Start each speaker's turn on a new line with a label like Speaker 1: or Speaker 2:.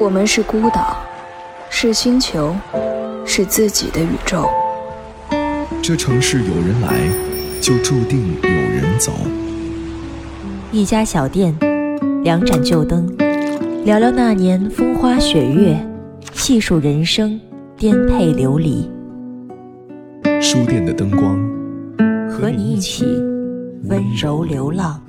Speaker 1: 我们是孤岛，是星球，是自己的宇宙。
Speaker 2: 这城市有人来，就注定有人走。
Speaker 3: 一家小店，两盏旧灯，聊聊那年风花雪月，细数人生颠沛流离。
Speaker 2: 书店的灯光，
Speaker 3: 和你一起温柔流浪。